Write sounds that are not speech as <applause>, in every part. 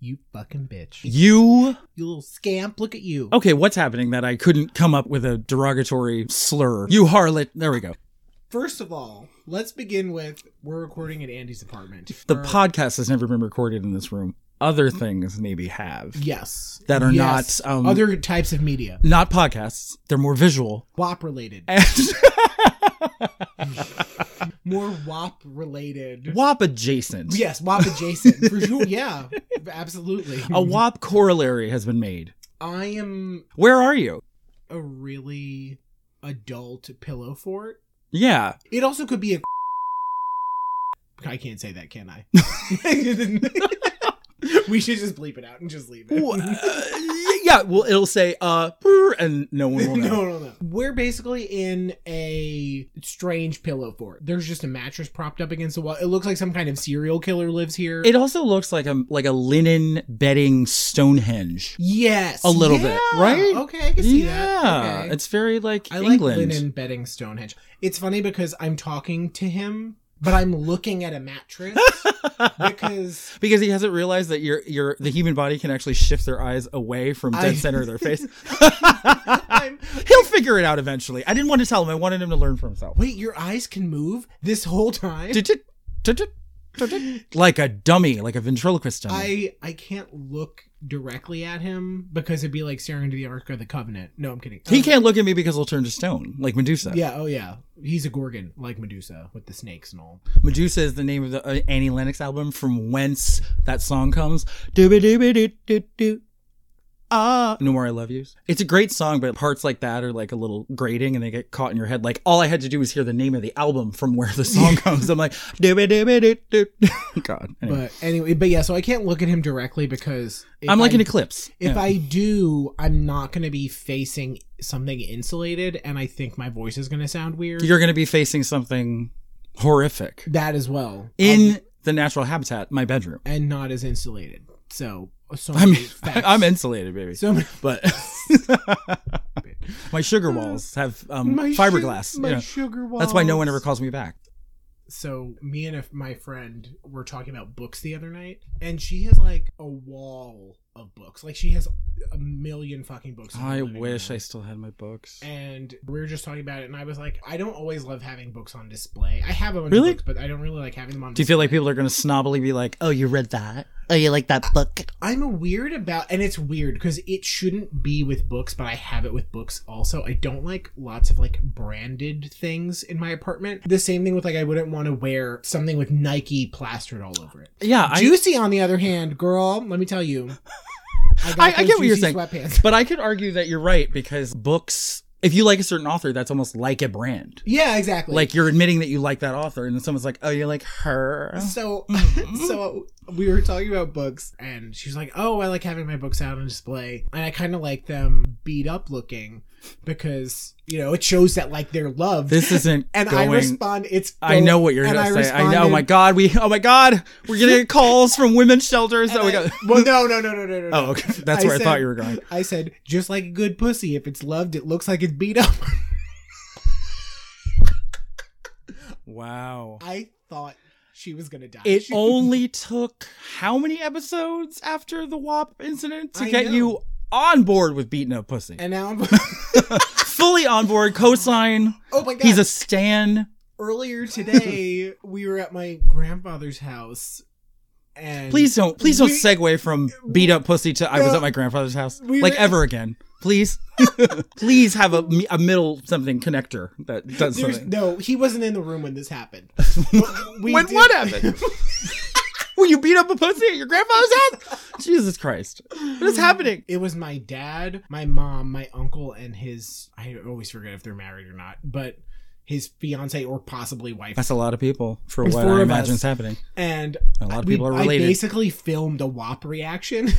You fucking bitch. You You little scamp. Look at you. okay? What's happening that I couldn't come up with a derogatory slur? You harlot. There we go. First of all, let's begin with we're recording at Andy's apartment. The Or- podcast has never been recorded in this room. Other things maybe have Yes. that are Yes. not um, Other types of media. not podcasts. They're more visual. <laughs> WAP related. And More WAP related. WAP adjacent. Yes, WAP adjacent. For sure. Yeah. Absolutely. A WAP corollary has been made. I am Where are you? a really adult pillow fort. Yeah. It also could be a. <laughs> I can't say that, <laughs> can I? <laughs> we should just bleep it out and just leave it. Ooh, uh, yeah. Well, it'll say uh, brr, and <laughs> no one will know. no, no, no. We're basically in a strange pillow fort. There's just a mattress propped up against the wall. It looks like some kind of serial killer lives here. It also looks like a like a linen bedding Stonehenge. yes, A little bit, Yeah. right? Okay, I can see yeah, that. Okay. it's very like I England. like linen bedding Stonehenge. It's funny because I'm talking to him, but I'm looking at a <laughs> mattress because because he hasn't realized that your your the human body can actually shift their eyes away from dead I- center of <laughs> their face. <laughs> I'm. He'll figure it out eventually. I didn't want to tell him. I wanted him to learn for himself. Wait, your eyes can move this whole time. Tut-tut, tut-tut, tut-tut. Like a dummy, like a ventriloquist dummy. I I can't look directly at him because it'd be like staring into the Ark of the Covenant. No, I'm kidding. he Um, can't look at me because he'll turn to stone, like Medusa. Yeah. Oh yeah. He's a gorgon like Medusa with the snakes and all. Medusa is the name of the uh, Annie Lennox album from whence that song comes. Doobie doobie doo doo doo. Ah, no more I love yous. It's a great song, but parts like that are like a little grating and they get caught in your head. Like all I had to do was hear the name of the album from where <laughs> the song comes. I'm like doobie doobie doo doo. doo. <laughs> God, anyway. But anyway, but yeah. So I can't look at him directly because if I'm like I- an eclipse. If Yeah. I do, I'm not going to be facing something insulated, and I think my voice is going to sound weird. you're going to be facing something horrific that as well. Um, in the natural habitat, my bedroom. and not as insulated. So so I'm many facts. <laughs> I'm insulated, baby. so many- but <laughs> my sugar walls have <laughs> um, my su- fiberglass. my you know. sugar That's why no one walls. ever calls me back. so me and a, my friend were talking about books the other night and she has like a wall of books like she has a million fucking books in her I living wish room. I still had my books. and we were just talking about it and i was like i don't always love having books on display i have a bunch Really? of books but i don't really like having them on Do you display feel like people are going to snobbily be like, "Oh, you read that? Oh, you like that book?" i'm weird about and it's weird because it shouldn't be with books but i have it with books also i don't like lots of like branded things in my apartment the same thing with like i wouldn't want to wear something with nike plastered all over it Yeah, I, Juicy, on the other hand, girl, let me tell <laughs> you. got I- I those get what you're Juicy saying. Sweatpants. but I could argue that you're right because books. If you like a certain author, that's almost like a brand. Yeah, exactly. Like you're admitting that you like that author, and then someone's like, "Oh, you like her?" so, <laughs> Mhm. so we were talking about books, and she was like, "Oh, I like having my books out on display, and I kind of like them beat up looking because you know it shows that like they're loved." This isn't and going. I respond, "It's I both." know what you're And gonna I say. I know. Oh responded- my god, we. Oh my god, <laughs> we're gonna get calls from women's shelters. and Oh my I- <laughs> god. Well, no, no, no, no, no, no. no. Oh, okay. <laughs> That's where I said- thought you were going. I said, just like a good pussy, if it's loved, it looks like it's beat up. <laughs> Wow. I thought she was gonna die. It She- only took how many episodes after the WAP incident to I get know. you on board with beating up pussy? <laughs> and now I'm. <laughs> Fully on board, cosign. Oh my god! He's a stan. Earlier <laughs> today, we were at my grandfather's house, and Please don't, please don't We- segue from beat up pussy to I was No. at my grandfather's house We like were- ever again. <laughs> Please, please have a, a middle something connector that does There's, something. no, he wasn't in the room when this <laughs> happened. We when did- what <laughs> happened? <laughs> Will you beat up a pussy at your grandfather's house? Jesus Christ! What is happening? It was my dad, my mom, my uncle, and his. I always forget if they're married or not, but his fiance or possibly wife. That's a lot of people for There's what four of I imagine us. is happening. and A lot of we- people are I related. basically filmed a WAP reaction. <laughs>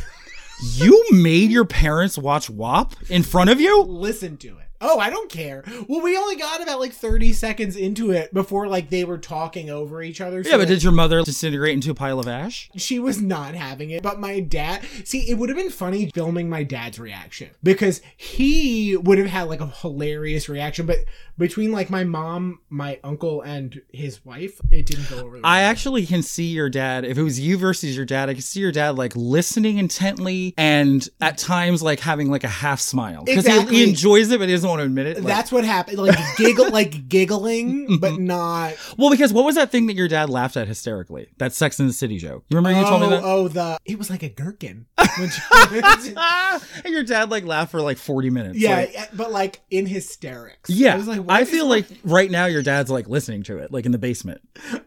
You made your parents watch WAP in front of you? Listen to it. Oh, I don't care. Well, we only got about like 30 seconds into it before like they were talking over each other. so, Yeah, but like, did your mother disintegrate into a pile of ash? she was not having it. But my dad, see, it would have been funny filming my dad's reaction because he would have had like a hilarious reaction. But between like my mom, my uncle, and his wife, it didn't go over. the I well. actually can see your dad. If it was you versus your dad, I can see your dad like listening intently and at times like having like a half smile because he, Exactly. enjoys it, but he doesn't want to admit it. Like- Mm-hmm. That's what happened. Like giggle, like <laughs> giggling, but not. well, because what was that thing that your dad laughed at hysterically? That Sex in the City joke. You remember you told me Oh, that? oh, the it was like a gherkin. When <laughs> she- Ah! And your dad like laughed for like forty minutes. yeah, Like, but like in hysterics. yeah. I was like, I what feel is- like right now your dad's like listening to it, like in the basement.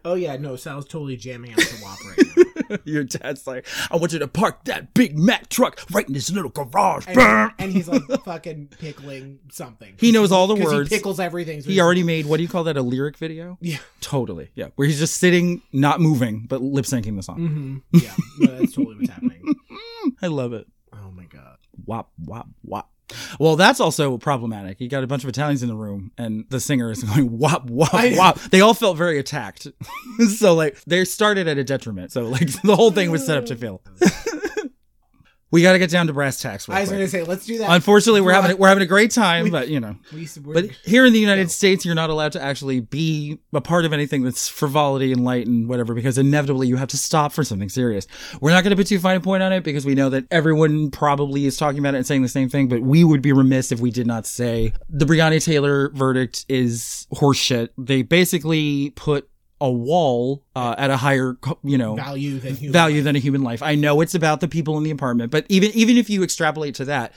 Oh yeah, no, Sal's totally jamming out the wop right now. <laughs> Your dad's like, I want you to park that Big Mac truck right in this little garage. and, and he's <laughs> like fucking pickling something. he knows all the 'Cause words. He pickles everything. so He he's- already made what do you call that? A lyric video? <laughs> Yeah. Totally. Yeah. Where he's just sitting, not moving, but lip syncing the song. hmm Yeah. No, that's totally what's <laughs> happening. I love it. Oh my god. Wop, wop, wop. Well, that's also problematic. You got a bunch of Italians in the room, and the singer is <laughs> going wop, wop, I- wop. They all felt very attacked. <laughs> so, like, they started at a detriment. So, like, <laughs> the whole thing was set up <laughs> to fail. we got to get down to brass tacks. Real I was quick. gonna say, let's do that. Unfortunately, we're having Right. we're having a great time, but you know. we, we're- But here in the United States, you're not allowed to actually be a part of anything that's frivolity and light and whatever, because inevitably you have to stop for something serious. We're not going to put too fine a point on it because we know that everyone probably is talking about it and saying the same thing, but we would be remiss if we did not say the Breonna Taylor verdict is horseshit. They basically put a wall uh, at a higher, co- you know, value than human. value than a human life. I know it's about the people in the apartment, but even even if you extrapolate to that,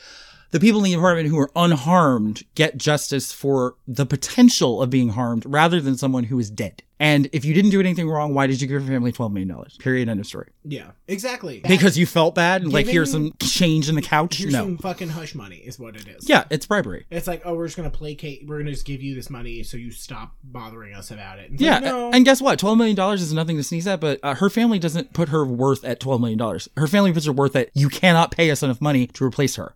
the people in the apartment who are unharmed get justice for the potential of being harmed rather than someone who is dead. And if you didn't do anything wrong, why did you give your family twelve million dollars? Period. End of story. Yeah. Exactly. Because you felt bad and like Giving- here's some change in the couch. here's No. some fucking hush money is what it is. yeah, it's bribery. It's like, oh, we're just gonna placate. We're gonna just give you this money so you stop bothering us about it. And it's Yeah, like, no. and guess what? Twelve million dollars is nothing to sneeze at, but uh, her family doesn't put her worth at twelve million dollars. Her family puts her worth at you cannot pay us enough money to replace her.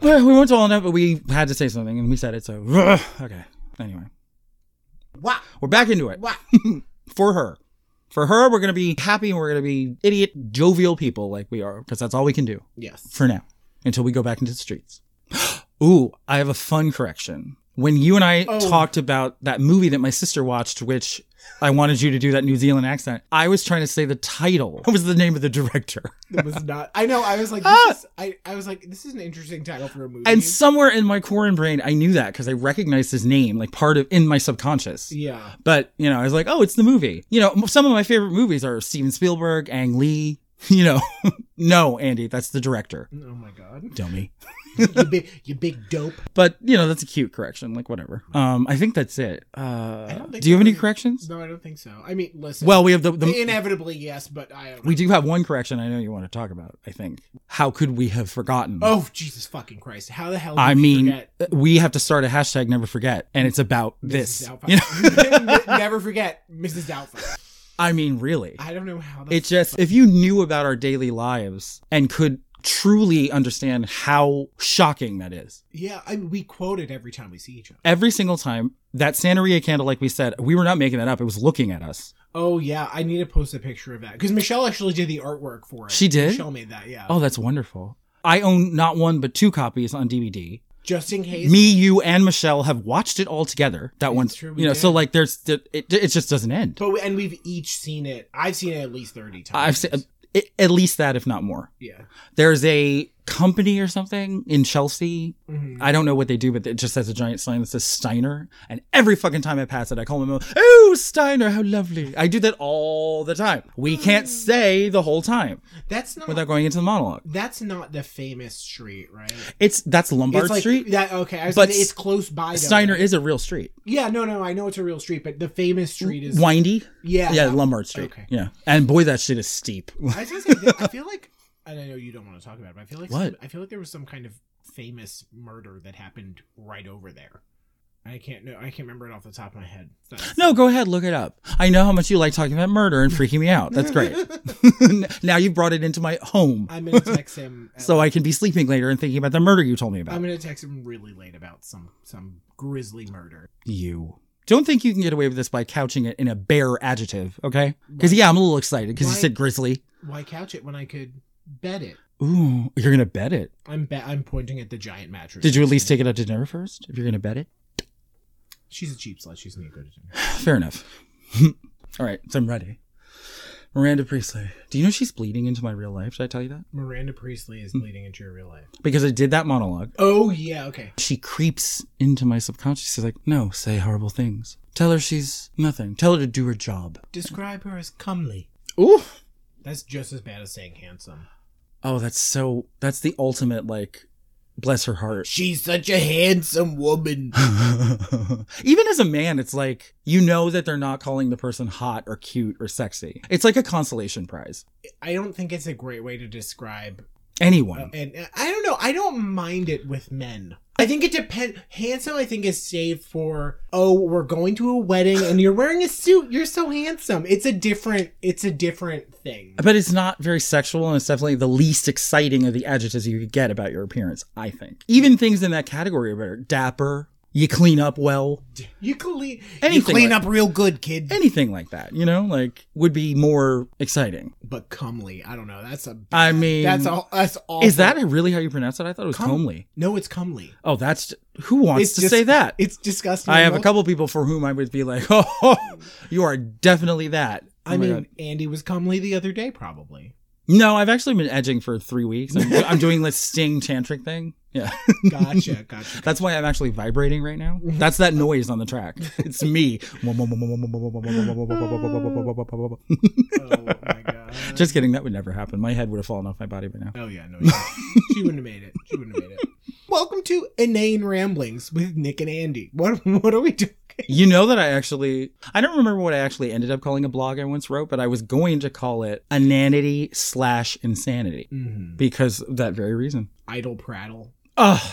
Well, we weren't all enough, but we had to say something, and we said it. So ugh, okay. Anyway, Wah, we're back into it wah. <laughs> for her. For her, we're gonna be happy and we're gonna be idiot, jovial people like we are, because that's all we can do Yes. for now until we go back into the streets. <gasps> Ooh, I have a fun correction. When you and I Oh. talked about that movie that my sister watched, which I wanted you to do that New Zealand accent, I was trying to say the title. What <laughs> was the name of the director? It was not. I know. I was like, Ah! this is, I, I was like, this is an interesting title for a movie. And somewhere in my core and brain, I knew that because I recognized his name, like part of in my subconscious. yeah. But you know, I was like, oh, it's the movie. You know, m- some of my favorite movies are Steven Spielberg, Ang Lee. <laughs> You know, no, Andy, that's the director. Oh my <laughs> god. Dummy. you big, you big dope. But you know, that's a cute correction. Like whatever. Um, I think that's it. Uh, don't think do you have any there's- corrections? No, I don't think so. I mean, listen. Well, we have the, the inevitably yes, but I don't. we do have one correction. I know you want to talk about. I think. How could we have forgotten? oh Jesus fucking Christ! How the hell? Did I we mean, forget? we have to start a hashtag. Never forget, and it's about this. Mrs. <laughs> You know? <laughs> Doubtfire. Never forget Mrs. Doubtfire. I mean, really. I don't know how. The It just if you knew about our daily lives and could truly understand how shocking that is. yeah, I mean, we quote it every time we see each other. Every single time that Santeria candle, like we said, we were not making that up. It was looking at us. Oh yeah, I need to post a picture of that because Michelle actually did the artwork for it. She did? Michelle made that. Yeah. Oh, that's wonderful. I own not one but two copies on DVD. Just in case. Me, you, and Michelle have watched it all together. That one, true, we you know. So did. like, there's it. It just doesn't end. But we, and we've each seen it. I've seen it at least thirty times. I've uh, seen it, at least that, if not more. Yeah. There's a company or something in Chelsea Mhm. I don't know what they do, but it just has a giant sign that says Steiner. And every fucking time I pass it, I call them, oh, Steiner, how lovely. I do that all the time. We can't say the whole time That's not. without going into the monologue. that's not the famous street, right? It's that's Lombard it's like Street. That okay, I was But but it's close by. to Steiner it. is a real street. Yeah, no, no, I know it's a real street, but the famous street is Windy. yeah. Yeah, Lombard Street. Okay. Yeah. And boy, that shit is steep. I was gonna say, that- I feel like, and I know you don't want to talk about it, but I feel like What? I feel like there was some kind of famous murder that happened right over there. I can't know. I can't remember it off the top of my head. That's- No, go ahead, look it up. I know how much you like talking about murder and freaking me out. That's great. now you've brought it into my home, I'm gonna text him. at- <laughs> so I can be sleeping later and thinking about the murder you told me about. I'm gonna text him really late about some some grisly murder. you don't think you can get away with this by couching it in a bear adjective, okay? Because yeah, I'm a little excited because you Why- said grizzly. Why couch it when I could bet it? Ooh, you're gonna bet it. I'm be- I'm pointing at the giant mattress. Did you at least take it out to dinner first? If you're gonna bet it, She's a cheap slut. She's gonna go to dinner. fair enough. <laughs> All right, so I'm ready. Miranda Priestley. Do you know she's bleeding into my real life? Should I tell you that? Miranda Priestley is bleeding into your real life. Because I did that monologue. Oh yeah, okay. She creeps into my subconscious. She's like, no, say horrible things. Tell her she's nothing. Tell her to do her job. Describe her as comely. Ooh. That's just as bad as saying handsome. Oh, that's so, that's the ultimate, like, bless her <laughs> heart. She's such a handsome woman. Even as a man, it's like, you know that they're not calling the person hot or cute or sexy. It's like a consolation prize. I don't think it's a great way to describe. Anyone. And uh, I don't know. I don't mind it with men. I think it depends. Handsome, I think, is saved for oh, we're going to a wedding and you're wearing a suit. You're so handsome. It's a different. It's a different thing. But it's not very sexual, and it's definitely the least exciting of the adjectives you could get about your appearance, I think. Even things in that category are better. Dapper, you clean up well, You clean. You Anything clean like- up real good, kid. anything like that, you know, like would be more exciting. but comely. I don't know. That's a. I mean, That's all. That's all. Is that really how you pronounce it? I thought it was Com- comely. No, it's comely. Oh, that's who wants It's to just- say that? It's disgusting. I have a Well, couple people for whom I would be like, <laughs> oh, you are definitely that. Oh I my mean, God. Andy was comely the other day, probably. <laughs> no, I've actually been edging for three weeks. I'm, I'm doing this sting tantric thing. Yeah. Gotcha. gotcha. That's why I'm actually vibrating right now. That's that noise on the track. It's me. <laughs> oh my god. Just kidding. That would never happen. My head would have fallen off my body by now. Oh yeah, no, you didn't. she wouldn't have made it. She wouldn't have made it. Welcome to inane ramblings with Nick and Andy. What what are we doing? You know that I actually, I don't remember what I actually ended up calling a blog I once wrote, but I was going to call it Ananity slash Insanity Mhm. because of that very reason. Idle prattle. Ugh.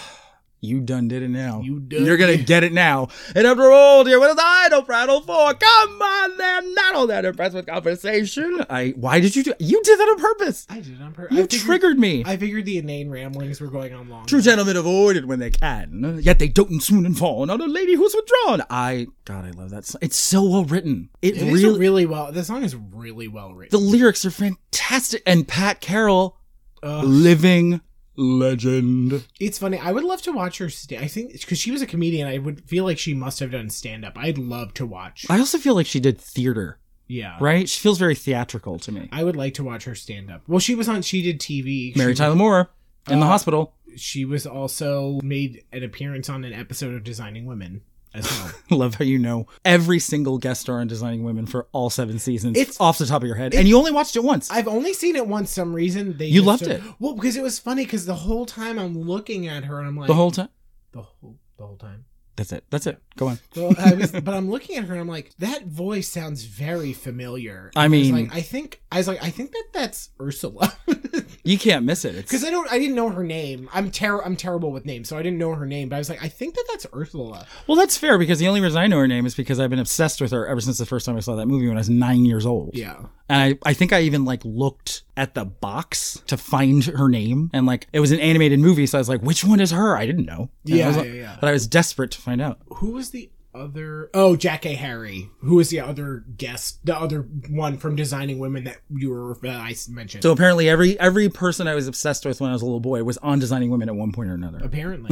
You done did it now. You done Oh, You're gonna did. get it now. And after all, dear, what is idle prattle for? Come on, then. Not all that impressed with conversation. I. Why did you do? You did that on purpose. I did it on purpose. You I figured, triggered me. I figured the inane ramblings were going on long. True gentlemen avoid it when they can, yet they don't swoon and fawn on a lady who's withdrawn. I. God, I love that song. It's so well written. It, It is really. really well. The song is really well the written. lyrics are fantastic, and Pat Carroll, Ugh. living legend. It's funny. I would love to watch her. Sta- I think because she was a comedian, I would feel like she must have done stand up. I'd love to watch. I also feel like she did theater, yeah, right? She feels very theatrical to me. I would like to watch her stand up. Well, she was on. She did TV. Mary she, Tyler Moore in the Uh, hospital. <laughs> She was also made an appearance on an episode of Designing Women as <laughs> well. Love how you know every single guest star in Designing Women for all seven seasons. It's- It's off the top of your head, and you only watched it once. I've only seen it once. Some reason they You just loved don't- it. Well, because it was funny. Because the whole time I'm looking at her and I'm like the whole time. the whole the whole time. That's it. That's it. Go on. Well, I was, <laughs> but I'm looking at her and I'm like, that voice sounds very familiar. I was mean- like, I think I was like, I think that that's Ursula. <laughs> You can't miss it. It's, Because I don't, I didn't know her name. I'm ter- I'm terrible with names, so I didn't know her name. But I was like, I think that that's Ursula. well, that's fair because the only reason I know her name is because I've been obsessed with her ever since the first time I saw that movie when I was nine years old. Yeah, And I, I think I even like looked at the box to find her name. And like it was an animated movie, so I was like, which one is her? I didn't know. And I Yeah, was- yeah, yeah. But I was desperate to find out. who was the other? Oh, Jack A. Harry. Who was the other guest? The other one from Designing Women that you were that I s- mentioned. So apparently every every person I was obsessed with when I was a little boy was on designing women at one point or another. <laughs> Apparently.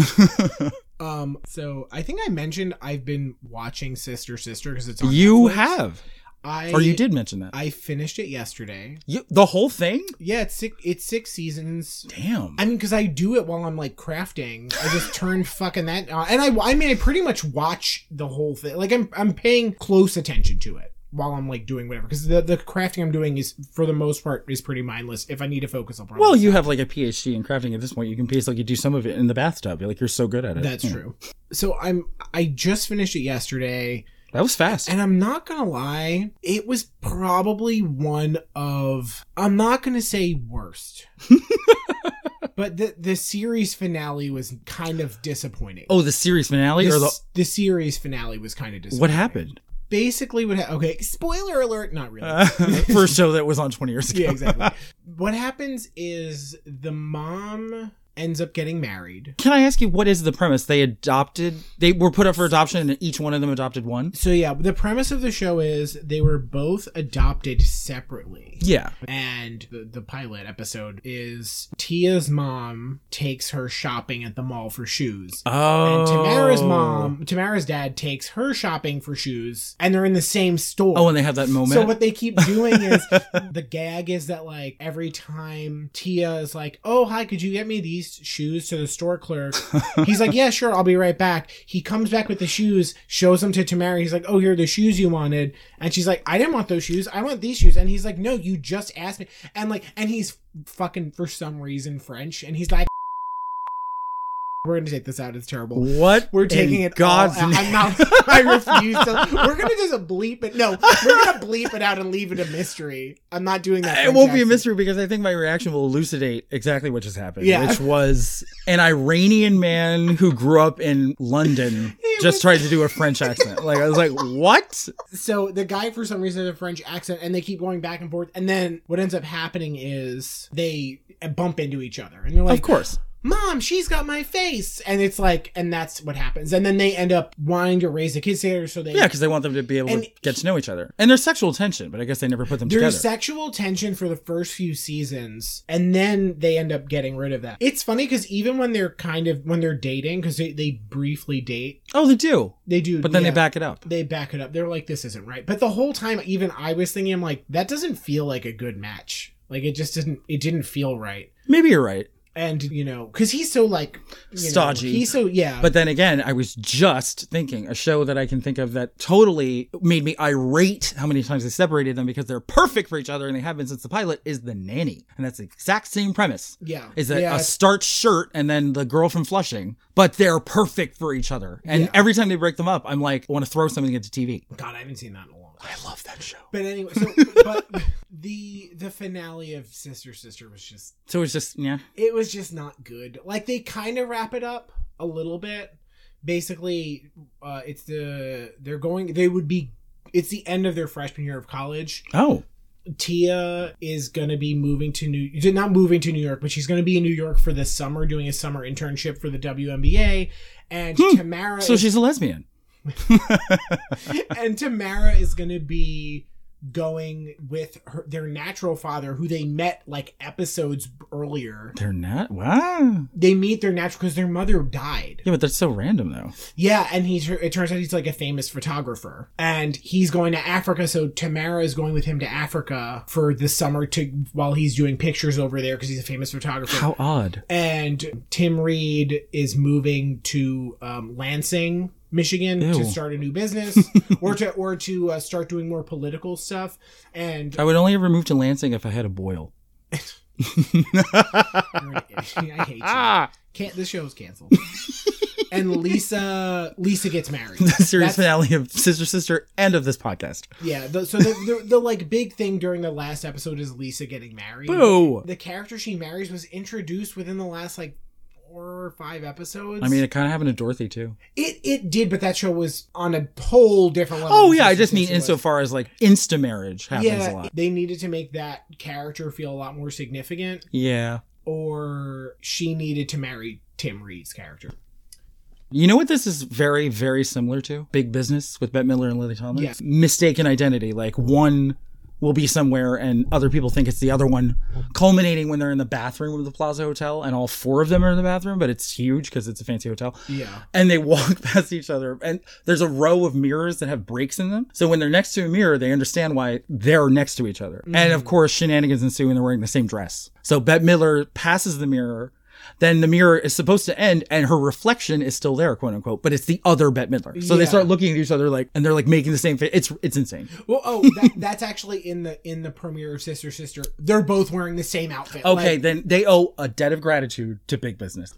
um. So I think I mentioned I've been watching Sister Sister because it's on You Netflix. have. I Or you did mention that. I finished it yesterday. You, the whole thing? Yeah, it's six, it's six seasons. Damn. I mean, because I do it while I'm like crafting. I just <laughs> turn fucking that, on. and I I mean, I pretty much watch the whole thing. Like I'm I'm paying close attention to it while I'm like doing whatever. Because the the crafting I'm doing is for the most part is pretty mindless. If I need to focus, I'll probably. well, you have like a PhD in crafting at this point. You can basically you do some of it in the bathtub. You're like you're so good at it. that's Yeah. true. So I'm I just finished it yesterday. That was fast. And I'm not gonna lie, it was <laughs> probably one of I'm not gonna say worst. but the the series finale was kind of disappointing. Oh, the series finale the, or the s- the series finale was kind of disappointing. what happened? Basically, what ha- okay? Spoiler alert. Not really. Uh, <laughs> for a show that was on 20 years ago. <laughs> yeah, exactly. what happens is the mom ends up getting married. Can I ask you what is the premise? They adopted. They were put up for adoption, and each one of them adopted one. So yeah, the premise of the show is they were both adopted separately. Yeah. And the, the pilot episode is Tia's mom takes her shopping at the mall for shoes. Oh. And Tamara's mom, Tamara's dad takes her shopping for shoes, and they're in the same store. Oh, and they have that moment. So what they keep doing is the gag is that like every time Tia is like, "Oh hi, could you get me these shoes?" to the store clerk, he's like, "Yeah, sure, I'll be right back." He comes back with the shoes, shows them to Tamara. He's like, "Oh, here are the shoes you wanted," and she's like, "I didn't want those shoes. I want these shoes." And he's like, "No, you just asked me." And like, and he's fucking for some reason French, and he's like, "We're gonna take this out. It's terrible." What? We're taking in it God's all out. <laughs> name. I'm not. I refuse to. We're gonna just bleep it. No, we're gonna bleep it out and leave it a mystery. I'm not doing that. <laughs> It won't be a Jackson. mystery because I think my reaction will elucidate exactly what just happened, Yeah. which was an Iranian man who grew up in <laughs> London It just was- tried to do a French accent. Like I was like, "What?" So the guy, for some reason, has a French accent, and they keep going back and forth. And then what ends up happening is they bump into each other, and they're Of like, course. "Mom, she's got my face," and it's like, and that's what happens. And then they end up wanting to raise the kids together, so they Yeah, because they want them to be able And- to get to know each other. And there's sexual tension, but I guess they never put them together. There's sexual tension for the first few seasons, and then they end up getting rid of that. It's funny because even when they're kind of when they're dating, because they, they briefly date, oh, they do. they do. But then yeah, they back it up. They back it up. They're like, this isn't right. But the whole time, even I was thinking, I'm like, that doesn't feel like a good match. Like it just didn't. It didn't feel right. Maybe you're right. And you know, because he's so like you know, Stodgy. he's so yeah. But then again, I was just thinking a show that I can think of that totally made me irate how many times they separated them because they're perfect for each other and they have been since the pilot is The Nanny. And that's the exact same premise. yeah, Is that yeah, a starched shirt and then the girl from Flushing, but they're perfect for each other. And Yeah. every time they break them up, I'm like, I want to throw something at the TV. God, I haven't seen that in a long time. I love that show. But anyway, <laughs> so but the the finale of Sister Sister was just So it's just, yeah. it was just not good. Like they kind of wrap it up a little bit. Basically, uh, it's the they're going. They would be. It's the end of their freshman year of college. Oh. Tia is gonna be moving to New, not moving to New York, but she's gonna be in New York for the summer, doing a summer internship for the WNBA. And Hmm. Tamara, So is- she's a lesbian. and Tamara is gonna be going with her, their natural father, who they met like episodes earlier. They're not. Wow. They meet their natural because their mother died. Yeah, but that's so random, though. Yeah, and he's it turns out he's like a famous photographer, and he's going to Africa. So Tamara is going with him to Africa for the summer to while he's doing pictures over there because he's a famous photographer. How odd. and Tim Reed is moving to um, Lansing, Michigan, Ew. to start a new <laughs> business or to or to uh, start doing more political stuff. <laughs> And I would only ever move to Lansing if I had a <laughs> boil. You're an idiot. I hate you. Ah. Can't this show's canceled. and Lisa Lisa gets married. <laughs> the series That's- finale of Sister Sister and of this podcast. Yeah, the, so the, the the like big thing during the last episode is Lisa getting married. Boo! The character she marries was introduced within the last like four or five episodes. I mean, it kind of happened to Dorothy too. it it did, but that show was on a whole different level. Oh than yeah, I Sister just mean Sister was. insofar as like insta marriage happens yeah, a lot. they needed to make that character feel a lot more significant, Yeah. or she needed to marry Tim Reed's character. You know what this is very, very similar to? Big Business with Bette Miller and Lily Tomlin. Yeah. Mistaken identity. Like one will be somewhere and other people think it's the other one, culminating when they're in the bathroom of the Plaza Hotel and all four of them are in the bathroom, but it's huge because it's a fancy hotel. Yeah, and they <laughs> walk past each other and there's a row of mirrors that have breaks in them so when they're next to a mirror they understand why they're next to each other and Mm-hmm. of course shenanigans ensue and they're wearing the same dress so bette miller passes the mirror then the mirror is supposed to end and her reflection is still there quote unquote but it's the other bette miller so they Yeah. start looking at each other like and they're like making the same face it's it's insane Well, oh, that, that's actually in the in the premiere of Sister Sister. They're both wearing the same outfit. okay Like, then they owe a debt of gratitude to big business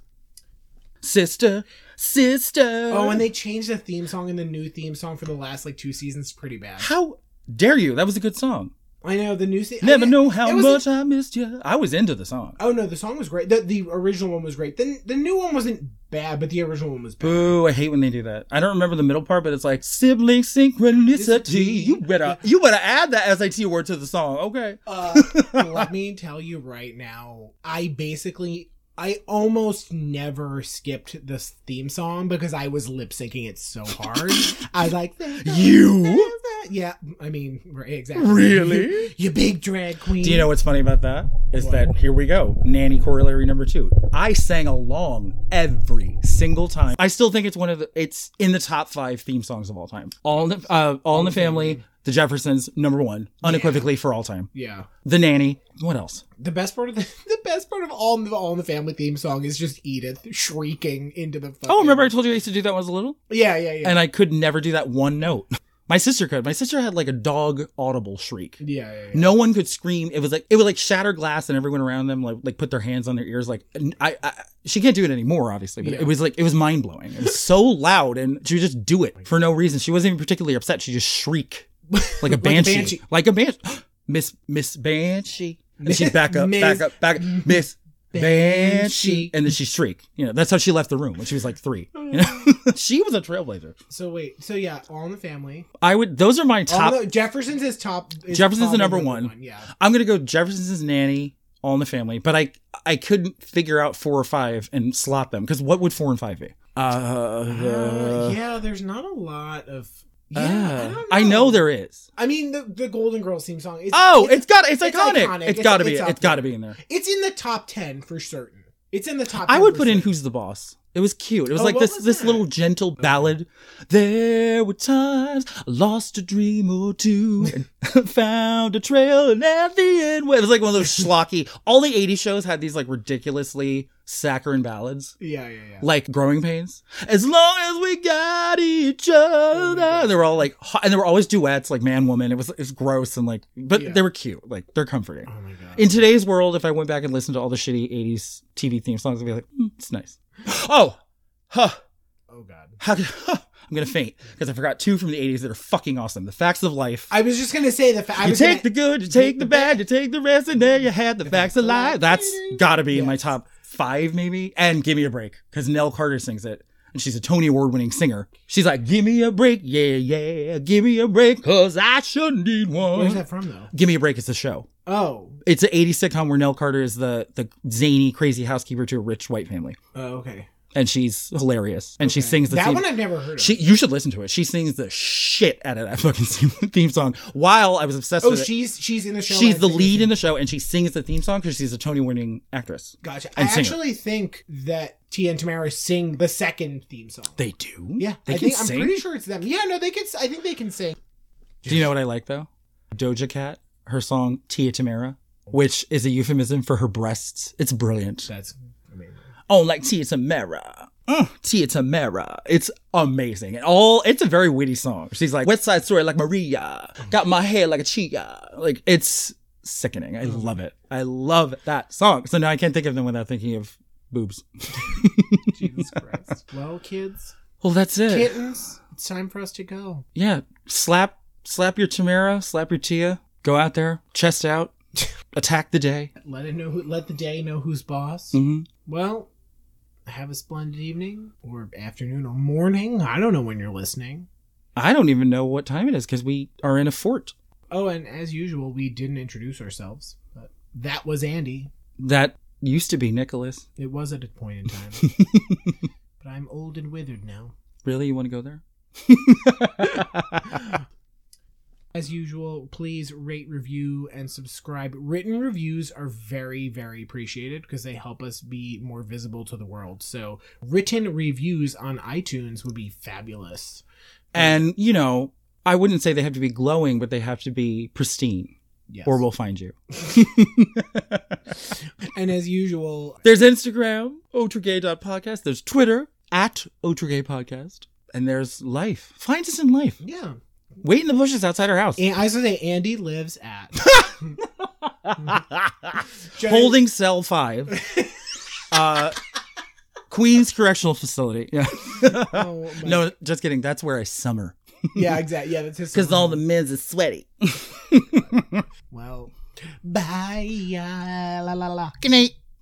sister sister oh, and they changed the theme song in the new theme song for the last like two seasons. Pretty bad. how dare you that was a good song I know the new thing. Never I, know how it was- much I missed you. I was into the song. Oh no, the song was great. The, the original one was great. The, the new one wasn't bad, but the original one was bad. Boo! I hate when they do that. I don't remember the middle part, but it's like sibling synchronicity. You better, you better add that SAT word to the song. Okay. Uh, let me tell you right now, I basically, I almost never skipped this theme song because I was lip syncing it so hard. I was like, You yeah, I mean, right, exactly. really? You big drag queen. <laughs> Do you know what's funny about that? Is What? that here we go, nanny corollary number two. I sang along every single time. I still think it's one of the. It's in the top five theme songs of all time. All in the, uh, All in the Family, The Jeffersons, number one, unequivocally for all time. Yeah. The Nanny. What else? The best part of the, <laughs> the best part of all in the all in the family theme song is just Edith shrieking into the fucking Oh, remember I told you I used to do that when I was little. Yeah, yeah, yeah. and I could never do that one note. <laughs> My sister could. My sister had like a dog audible shriek. yeah, yeah, yeah. No one could scream. It was like it would like shatter glass, and everyone around them like like put their hands on their ears. Like I, I she can't do it anymore, obviously. But Yeah. it was like it was mind blowing. It was so loud, and she would just do it for no reason. She wasn't even particularly upset. She just <laughs> shriek like a a banshee, banshee. like a banshee, <gasps> Miss Miss Banshee. <laughs> And she'd back up, Miss back up, <laughs> back up, Miss Banshee, Banshee. and then she shriek. You know that's how she left the room when she was <laughs> like three. You know? she was a trailblazer. So wait, so yeah, all in the family. I would. Those are my top. All the, Jefferson's is top. Is Jefferson's the probably number the one. Yeah. I'm gonna go Jefferson's nanny, All in the Family, but I I couldn't figure out four or five and slot them because what would four and five be? Uh, Uh, uh, yeah, there's not a lot of. Yeah, I, don't know. I know there is. I mean, the, the Golden Girls theme song. Is, Oh, it's got it's, it's iconic. iconic. It's It's- got to be. it's up It's got to there. be in there. it's in the top ten for certain. It's in the top. I would 10%. put in Who's the Boss. It was cute. It was Oh, like what this was this that? little gentle ballad. There were times I lost a dream or two, and <laughs> found a trail, and at the end, it was like one of those <laughs> schlocky. All the '80s shows had these like ridiculously saccharine ballads. Yeah, yeah, yeah. Like growing pains. As long as we got each other, God. they were all like, hot, and there were always duets, like man, woman. It was it was gross and like, but Yeah. they were cute. Like they're comforting. oh my god. In today's world, if I went back and listened to all the shitty 80s TV theme songs, I'd be like, "Mm, it's nice. Oh, huh. oh god. How could, <laughs> huh, I'm going to faint because I forgot two from the 80s that are fucking awesome. The Facts of Life. I was just gonna say the fact. I you was take gonna- the good, you take the bad, you take the rest, and there you had the facts of life. That's got to be in my Yes. top five, maybe. And Give Me a Break because Nell Carter sings it. And she's a Tony Award winning singer. She's like, Give me a break, yeah, yeah. Give me a break because I should need Where's one. that from though? Give Me a Break is the show Oh. it's an 80s sitcom where Nell Carter is the the zany crazy housekeeper to a rich white family Oh, okay. and she's hilarious and she Okay. sings the that theme one I've never heard of. she you should listen to it she sings the shit out of that <laughs> fucking theme song while I was obsessed oh, with it she's she's in the show. she's I the think. lead in the show and she sings the theme song because she's a Tony winning actress Gotcha. I and singer. actually think that Tia and Tamara sing the second theme song. they do yeah, they I can think sing I'm pretty sure it's them. Yeah, no, they can. s- I think they can sing. do you know what I like though Doja Cat her song Tia Tamara which is a euphemism for her breasts it's brilliant That's amazing. Oh, like Tia Tamara. Mm, Tia Tamara. It's amazing. And all it's a very witty song. She's like, West Side Story like Maria. Got my hair like a chia. Like it's sickening. I love it. I love that song. So now I can't think of them without thinking of boobs. <laughs> Jesus Christ. Well, kids, Well, that's it. kittens, it's time for us to go. Yeah. Slap slap your Tamara, slap your Tia. Go out there, chest out, <laughs> attack the day. Let it know. Who, let the day know who's boss. hmm Well, have a splendid evening or afternoon or morning. I don't know when you're listening. I don't even know what time it is because we are in a fort. Oh, and as usual, we didn't introduce ourselves, but that was Andy. That used to be Nicholas. It was at a point in <laughs> time. but I'm old and withered now. Really? You want to go there? As usual, please rate, review, and subscribe. Written reviews are very, very appreciated because they help us be more visible to the world. So, written reviews on iTunes would be fabulous. and, you know, I wouldn't say they have to be glowing, but they have to be pristine, Yes. or we'll find you. <laughs> and as usual, There's Instagram, otragay.podcast. There's Twitter, at otragay podcast. And there's life. Find us in life. yeah. Wait in the bushes outside our <laughs> house. And I was gonna say Andy lives at <laughs> Holding cell five. uh, Queens Correctional Facility. Yeah. <laughs> Oh, my- no, just kidding. That's where I summer. <laughs> Yeah, exactly. Yeah, that's his. Because all the men's is sweaty. Well, well. Bye. uh, La la la. Good night.